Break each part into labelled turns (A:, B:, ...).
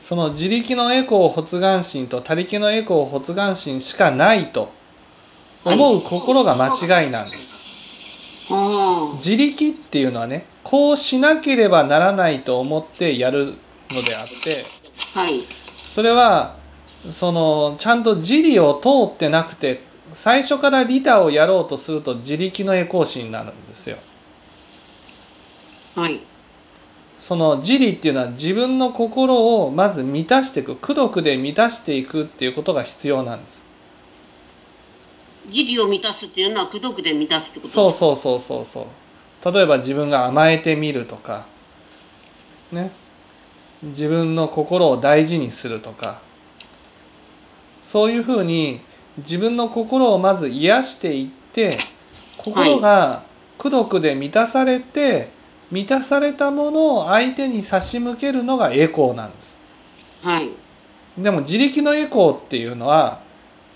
A: その自力のエコー発願心と他力のエコー発願心しかないと思う心が間違いなんです。
B: あ
A: 自力っていうのはね、こうしなければならないと思ってやるのであって、
B: あ、はい。
A: それは、その、ちゃんと自利を通ってなくて、最初から利他をやろうとすると自力のエコー心になるんですよ。
B: はい。
A: その自利っていうのは自分の心をまず満たしていく功徳で満たしていくっていうことが必要なんです
B: 自利を満たすっていうのは、功徳で満たすってこと
A: そうそうそうそうそう例えば自分が甘えてみるとかね自分の心を大事にするとかそういうふうに自分の心をまず癒していって心が功徳で満たされて満たされたものを相手に差し向けるのがエコーなんです
B: はい。
A: でも自力のエコーっていうのは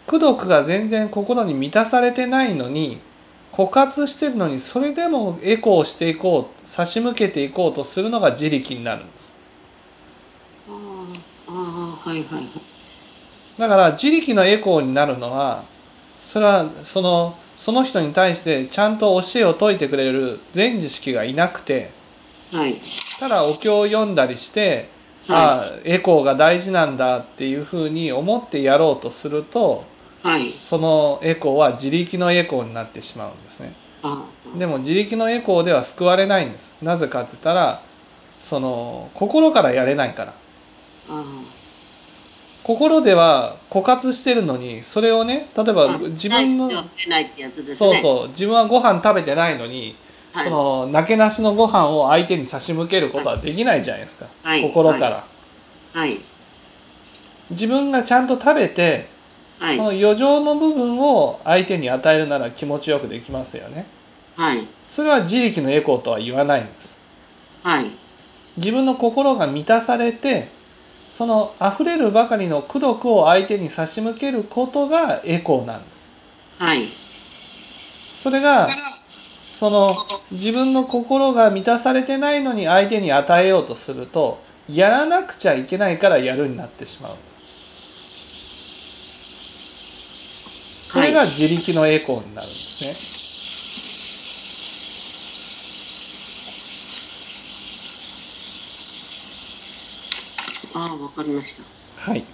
A: 功徳が全然心に満たされてないのに枯渇してるのにそれでもエコーをしていこう差し向けていこうとするのが自力になるんです
B: ああ、ああ、はいはいはい。
A: だから自力のエコーになるのはそれはそのその人に対してちゃんと教えを説いてくれる善知識がいなくて
B: はい。
A: ただお経を読んだりして、ああエコーが大事なんだっていうふうに思ってやろうとすると
B: はい。
A: そのエコーは自力のエコーになってしまうんですね
B: あ
A: でも自力のエコーでは救われないんですなぜかって言ったらその心からやれないから
B: あ、あ
A: 心では枯渇してるのにそれをね例え
B: あ。
A: ば自分の
B: ないっては出ないってやつです
A: そう
B: ね。う。
A: そう自分はご飯食べてないのに、
B: はい
A: そ。のなけなしのご飯を相手に差し向けることはできないじゃないですか、
B: はい
A: 心から、
B: はい。
A: 自分がちゃんと食べて
B: はい
A: そ。の余剰の部分を相手に与えるなら気持ちよくできますよね
B: はい。
A: それは自力のエコーとは言わないんです
B: はい。
A: 自分の心が満たされてその溢れるばかりの功徳を相手に差し向けることがエコーなんです
B: はい。
A: それがその自分の心が満たされてないのに相手に与えようとするとやらなくちゃいけないからやるになってしまうんですそれが自力のエコーになるんですね、
B: ああ、わかりました。
A: はい。